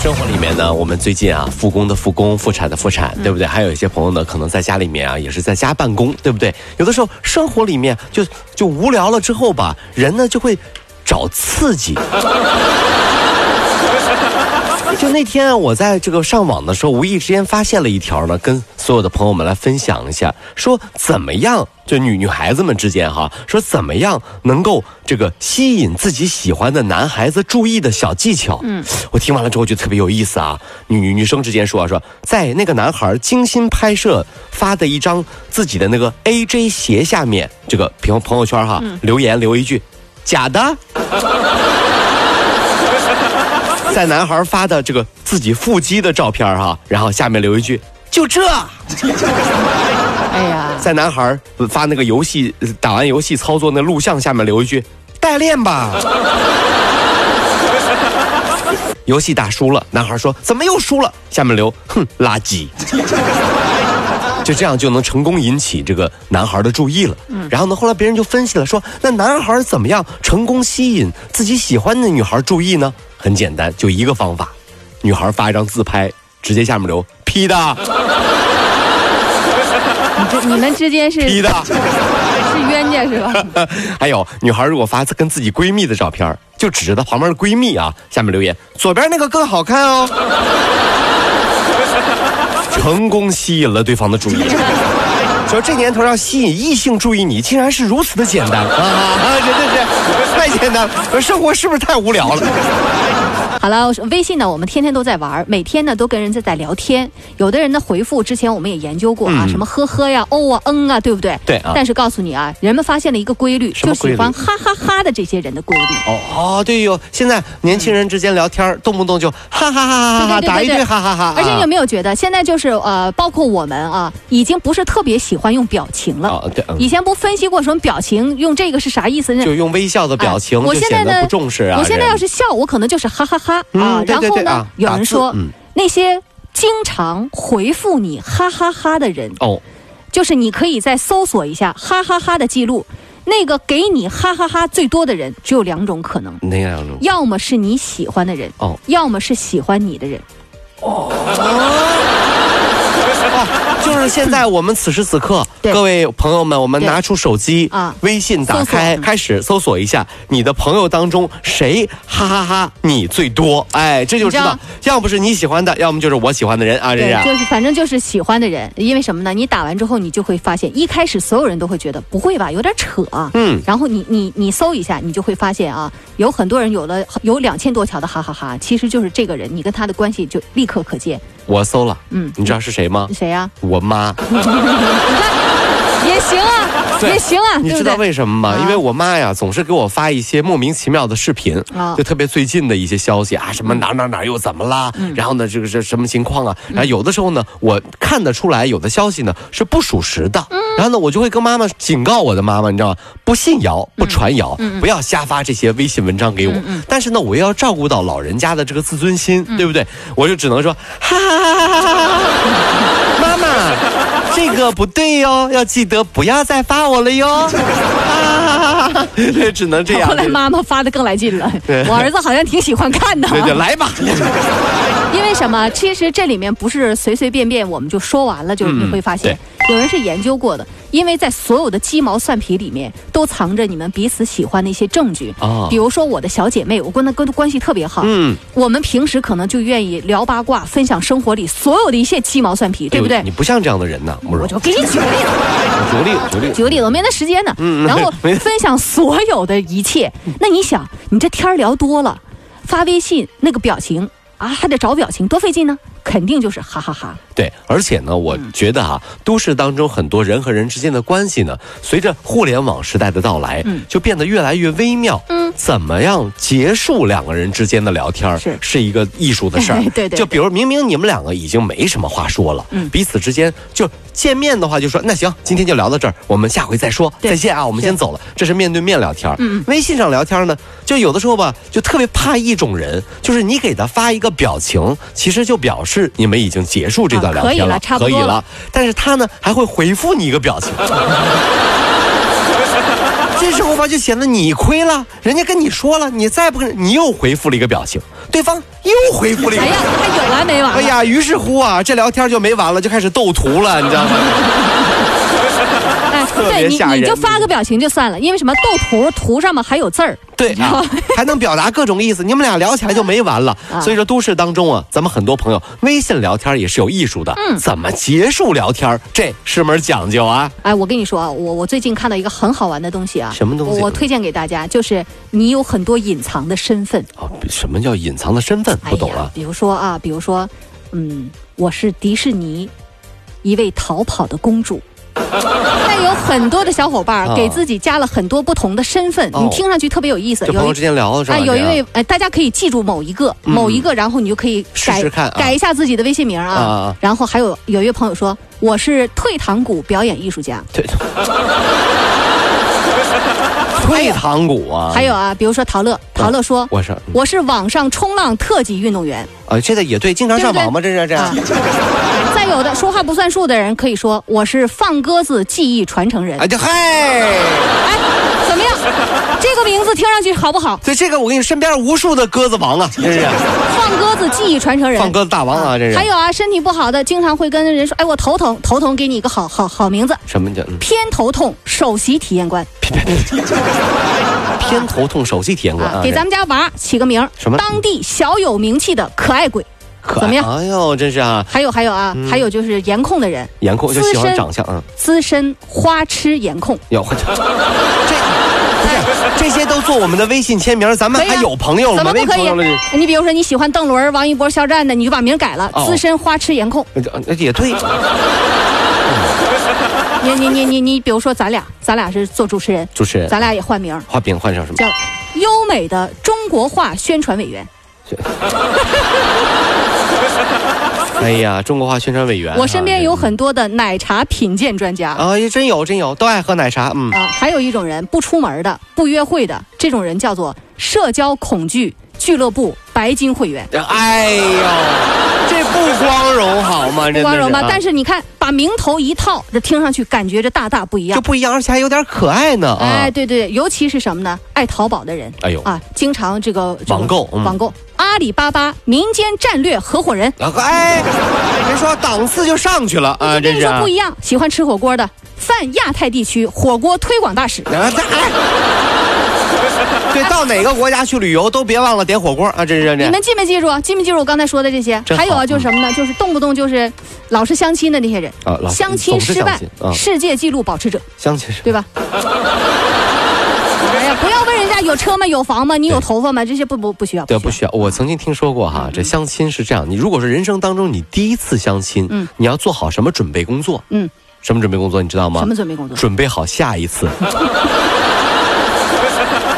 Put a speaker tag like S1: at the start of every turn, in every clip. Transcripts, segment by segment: S1: 生活里面呢，我们最近啊，复工的复工，复产的复产，对不对？还有一些朋友呢，可能在家里面啊，也是在家办公，对不对？有的时候生活里面就就无聊了之后吧，人呢就会找刺激。 就那天啊我在这个上网的时候，无意之间发现了一条呢，跟所有的朋友们来分享一下，说怎么样，就女女孩子们之间哈，说怎么样能够这个吸引自己喜欢的男孩子注意的小技巧。嗯，我听完了之后就特别有意思啊，女女女生之间说、啊、说，在那个男孩精心拍摄发的一张自己的那个 AJ 鞋下面，这个朋友朋友圈哈、留言留一句，假的。在男孩发的这个自己腹肌的照片哈、然后下面留一句“就这
S2: 哎”， 呀，
S1: 在男孩发那个游戏呃打完游戏操作那录像下面留一句“代练吧”。 游戏打输了，男孩说：“怎么又输了？”下面留“哼，垃圾”。 就这样就能成功引起这个男孩的注意了。然后呢，后来别人就分析了说，那男孩怎么样成功吸引自己喜欢的女孩注意呢？很简单，就一个方法，女孩发一张自拍，直接下面留 P 的
S2: 你这你们 之间是
S1: P 的。
S2: 是冤家是吧？
S1: 还有哎女孩如果发跟自己闺蜜的照片儿，就指着她旁边的闺蜜啊，下面留言左边那个更好看哦，成功吸引了对方的注意。说这年头要吸引异性注意你，竟然是如此的简单啊！ 真的是太简单了，说生活是不是太无聊了？
S2: 好了，微信呢，我们天天都在玩，每天呢都跟人家在聊天。有的人的回复之前我们也研究过啊，什么呵呵呀、哦啊、嗯啊，对不对？
S1: 嗯对啊
S2: 但是告诉你啊，人们发现了一个规律，
S1: 什么
S2: 就
S1: 规律
S2: 喜欢哈哈哈的这些人的规律。
S1: 哦哦，对哟，现在年轻人之间聊天儿，动不动就哈哈哈哈哈哈，打一堆哈哈哈。
S2: 而且你有
S1: 没
S2: 没有觉得，现在就是呃，包括我们啊，已经不是特别喜欢用表情了。
S1: 哦对嗯
S2: 以前不分析过什么表情，用这个是啥意思呢？
S1: 就用微笑的表情，
S2: 哎呃我
S1: 就
S2: 现在
S1: 显得
S2: 呢
S1: 不重视啊。
S2: 我现在
S1: 人
S2: 要是笑，我可能就是哈哈哈
S1: 嗯
S2: 啊。
S1: 对
S2: 然
S1: 对
S2: 后
S1: 对
S2: 呢
S1: 啊，
S2: 有
S1: 打
S2: 人
S1: 字
S2: 说
S1: 嗯
S2: 那些经常回复你哈哈哈的人，
S1: 哦，
S2: 就是你可以再搜索一下哈哈哈的记录，那个给你哈哈哈最多的人只有两种可能，
S1: 那样的
S2: 要么是你喜欢的人，
S1: 哦
S2: 要么是喜欢你的人。
S1: 啊就是现在我们此时此刻，
S2: 对
S1: 各位朋友们，我们
S2: 对
S1: 拿出手机
S2: 啊
S1: 微信打开，
S2: 搜索嗯
S1: 开始搜索一下你的朋友当中谁哈哈哈你最多，哎，这就知道
S2: 你，
S1: 要不是你喜欢的，要么就是我喜欢的人啊，这
S2: 对，
S1: 是。
S2: 就是反正就是喜欢的人，因为什么呢？你打完之后，你就会发现，一开始所有人都会觉得不会吧，有点扯、啊
S1: 嗯，
S2: 然后你你你搜一下，你就会发现啊，有很多人有了有两千多条的哈哈哈，其实就是这个人，你跟他的关系就立刻可见。
S1: 我搜了，
S2: 嗯
S1: 你知道是谁吗？
S2: 谁呀、
S1: 我妈，
S2: 也行啊，
S1: 对
S2: 也行啊，
S1: 你
S2: 对
S1: 知
S2: 不
S1: 道
S2: 对？
S1: 为什么吗？
S2: 啊
S1: 因为我妈呀，总是给我发一些莫名其妙的视频
S2: 啊，
S1: 就特别最近的一些消息啊，什么哪哪哪又怎么啦，然后呢，这个这什么情况啊？然后有的时候呢，我看得出来有的消息呢是不属实的，然后呢，我就会跟妈妈警告我的妈妈，你知道吗？不信谣，不传谣，不要瞎发这些微信文章给我。但是呢，我又要照顾到老人家的这个自尊心，对不对？我就只能说哈哈哈哈哈哈。妈妈，这个不对哟，要记得不要再发我了哟。啊， 只能这样
S2: 后。来妈妈发的更来劲了，我儿子好像挺喜欢看的啊、
S1: 对对，来吧。
S2: 因为什么？其实这里面不是随随便便我们就说完了，就是
S1: 嗯
S2: 你会发现，有人是研究过的，因为在所有的鸡毛蒜皮里面都藏着你们彼此喜欢的一些证据。
S1: 哦
S2: 比如说我的小姐妹，我跟她跟她关系特别好，嗯，我们平时可能就愿意聊八卦，分享生活里所有的一切鸡毛蒜皮，对不对？
S1: 你不像这样的人呐，慕容
S2: 我。就给你举个例子。
S1: 举例，举例。
S2: 举个例子，我没那时间呢。然后
S1: 嗯 没
S2: 分享所有的一切。那你想，你这天儿聊多了，发微信那个表情啊，还得找表情，多费劲呢。肯定就是哈哈哈
S1: 对，而且呢，我
S2: 嗯
S1: 觉得啊，都市当中很多人和人之间的关系呢，随着互联网时代的到来，
S2: 嗯
S1: 就变得越来越微妙。
S2: 嗯
S1: 怎么样结束两个人之间的聊天儿
S2: 是。
S1: 一个艺术的事儿
S2: 对对对
S1: 就比如明明你们两个已经没什么话说了，
S2: 嗯
S1: 彼此之间就见面的话就说那行，今天就聊到这儿，我们下回再说，
S2: 对
S1: 再见啊，我们先
S2: 是
S1: 走了。这是面对面聊天儿。
S2: 嗯嗯
S1: 微信上聊天呢，就有的时候吧，就特别怕一种人，就是你给他发一个表情，其实就表示你们已经结束这。这段聊天了，
S2: 啊可以了差不多了
S1: 可以了。但是他呢，还会回复你一个 表情。这时候吧，就显得你亏了，人家跟你说了，你再不跟，你又回复了一个表情，对方又回复了一个
S2: 哎
S1: 表
S2: 呀
S1: 情。，
S2: 还有完没完了？
S1: 哎呀，于是乎啊，这聊天就没完了，就开始斗图 了，你知道吗？
S2: 哎，
S1: 特别
S2: 对你
S1: 吓人
S2: 你就发个表情就算了，因为什么斗图图上面还有字儿，
S1: 对啊，还能表达各种意思，你们俩聊起来就没完了。
S2: 哦啊
S1: 所以说，都市当中啊，咱们很多朋友微信聊天也是有艺术的，
S2: 嗯
S1: 怎么结束聊天，这是门讲究啊。
S2: 哎，我跟你说啊，我我最近看到一个很好玩的东西啊，
S1: 什么东西
S2: 我我推荐给大家，就是你有很多隐藏的身份，
S1: 啊，什么叫隐藏的身份？不懂
S2: 哎
S1: 啊
S2: 呀。比如说啊，比如说，嗯，我是迪士尼一位逃跑的 公主。但有很多的小伙伴
S1: 啊
S2: 儿给自己加了很多不同的身份，
S1: 哦
S2: 你听上去特别有意思。
S1: 就朋
S2: 有
S1: 友
S2: 一
S1: 之间聊是吧？
S2: 哎，有一
S1: 这样
S2: 位哎，大家可以记住某一个、某一个，然后你就可以
S1: 试
S2: 改
S1: 试看啊
S2: 改一下自己的微信名啊。
S1: 啊啊啊
S2: 然后还有有一位朋友说我是退堂鼓表演艺术家，
S1: 对 退堂鼓啊，
S2: 还有啊，比如说陶乐，陶乐说、
S1: 我是嗯
S2: 我是网上冲浪特级运动员。
S1: 啊，这个也对，经常上网吗？这是这
S2: 啊
S1: 样。
S2: 再有的说话不算数的人可以说我是放鸽子技艺传承人。
S1: 哎，
S2: 哎，
S1: 这嗨，
S2: 怎么样？这个名字听上去好不好？
S1: 所以这个我跟你身边无数的鸽子王啊，真是
S2: 放鸽子技艺传承人。
S1: 放鸽子大王啊，这是
S2: 还有啊，身体不好的经常会跟人说，哎，我头疼，头疼，给你一个好好好名字，
S1: 什么叫嗯
S2: 偏头痛首席体验官。
S1: 偏头痛首席体验官
S2: 啊
S1: 啊，？
S2: 给咱
S1: 们
S2: 们家娃儿起个名儿，
S1: 什么
S2: 当地小有名气的可爱鬼。怎么样
S1: 哎呦，真是啊，
S2: 还有还有啊，还有就是颜控的人，
S1: 颜控就喜
S2: 资
S1: 欢
S2: 深
S1: 长相嗯，
S2: 资深花痴颜控。
S1: 哟， 我这这这些都做我们的微信签名，咱们
S2: 哎可以啊
S1: 还有朋友了
S2: 怎
S1: 吗？
S2: 么
S1: 哎没
S2: 不可
S1: 朋友了就。
S2: 以？你啊比如说你喜欢邓伦儿、王一博、肖战的，你就把名儿改了，
S1: 哦
S2: 资深花痴颜控。
S1: 呃呃也对，
S2: 你你你你你，比如说咱俩，咱俩是做主持人，
S1: 主持人
S2: 咱俩也换名儿，
S1: 画饼换成什么？
S2: 叫优美的中国话宣传委员。
S1: 哎呀，中国话宣传委员啊，
S2: 我身边有
S1: 这
S2: 很多的奶茶品鉴专家啊、
S1: 啊，也真有真有，都爱喝奶茶，嗯，
S2: 还有一种人不出门儿的、不约会的，这种人叫做社交恐惧俱乐部白金会员。
S1: 哎呦，这不光荣好吗？这
S2: 不光荣吧？但
S1: 哎是啊
S2: 是你看，把名头一套，这听上去感觉这大大不一
S1: 啊就
S2: 样。
S1: 不一样，而且还有点可爱呢啊！
S2: 哎，对对，尤其是什么呢？爱淘宝的人，
S1: 哎呦
S2: 啊，经常这个、这个
S1: 网购嗯
S2: 网购，阿里巴巴民间战略合伙人，
S1: 啊哎，别说档次就上去了啊，
S2: 我
S1: 这
S2: 就跟你
S1: 是
S2: 说
S1: 啊。
S2: 不一样。喜欢吃火锅的，泛亚太地区火锅推广大使。
S1: 啊这哎对，到哪个国家去旅游都别忘了点火锅啊！这是
S2: 你
S1: 这
S2: 们记没记住？啊记没记住我刚才说的这些？
S1: 真好
S2: 还有啊，就是什么呢？就是动不动就是老是相亲的那些人，
S1: 啊老是
S2: 相亲
S1: 总是
S2: 失败
S1: 相亲，啊
S2: 世界纪录保持者。
S1: 相亲是
S2: 对吧？哎呀，不要问人家有车吗？有房吗？你有头发吗？这些不不不需要。
S1: 对，不需要。
S2: 啊
S1: 我曾经听说过
S2: 嗯
S1: 哈，这相亲是这样：你如果是人生当中你第一次相亲，
S2: 嗯
S1: 你要做好什么准备工作？
S2: 嗯，
S1: 什么准备工作你知道吗？
S2: 什么准备工作？
S1: 准备好下一 次。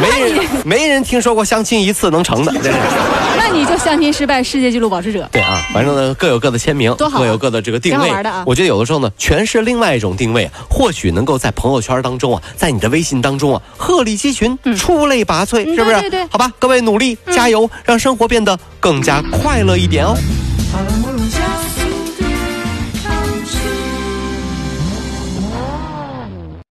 S1: 没人没人听说过相亲一次能成 的，真是
S2: 那你就相亲失败，世界纪录保持者。
S1: 对啊，反正呢各有各的签名，
S2: 多好啊
S1: 各有各的这个定
S2: 挺
S1: 位
S2: 好玩的啊
S1: 我觉得有的时候呢，全是另外一种定位，啊或许能够在朋友圈当中啊，在你的微信当中啊，鹤立鸡群，出类拔萃，
S2: 嗯
S1: 是不是？
S2: 对对对嗯
S1: 好吧，各位努力加油，让生活变得更加快乐一点哦。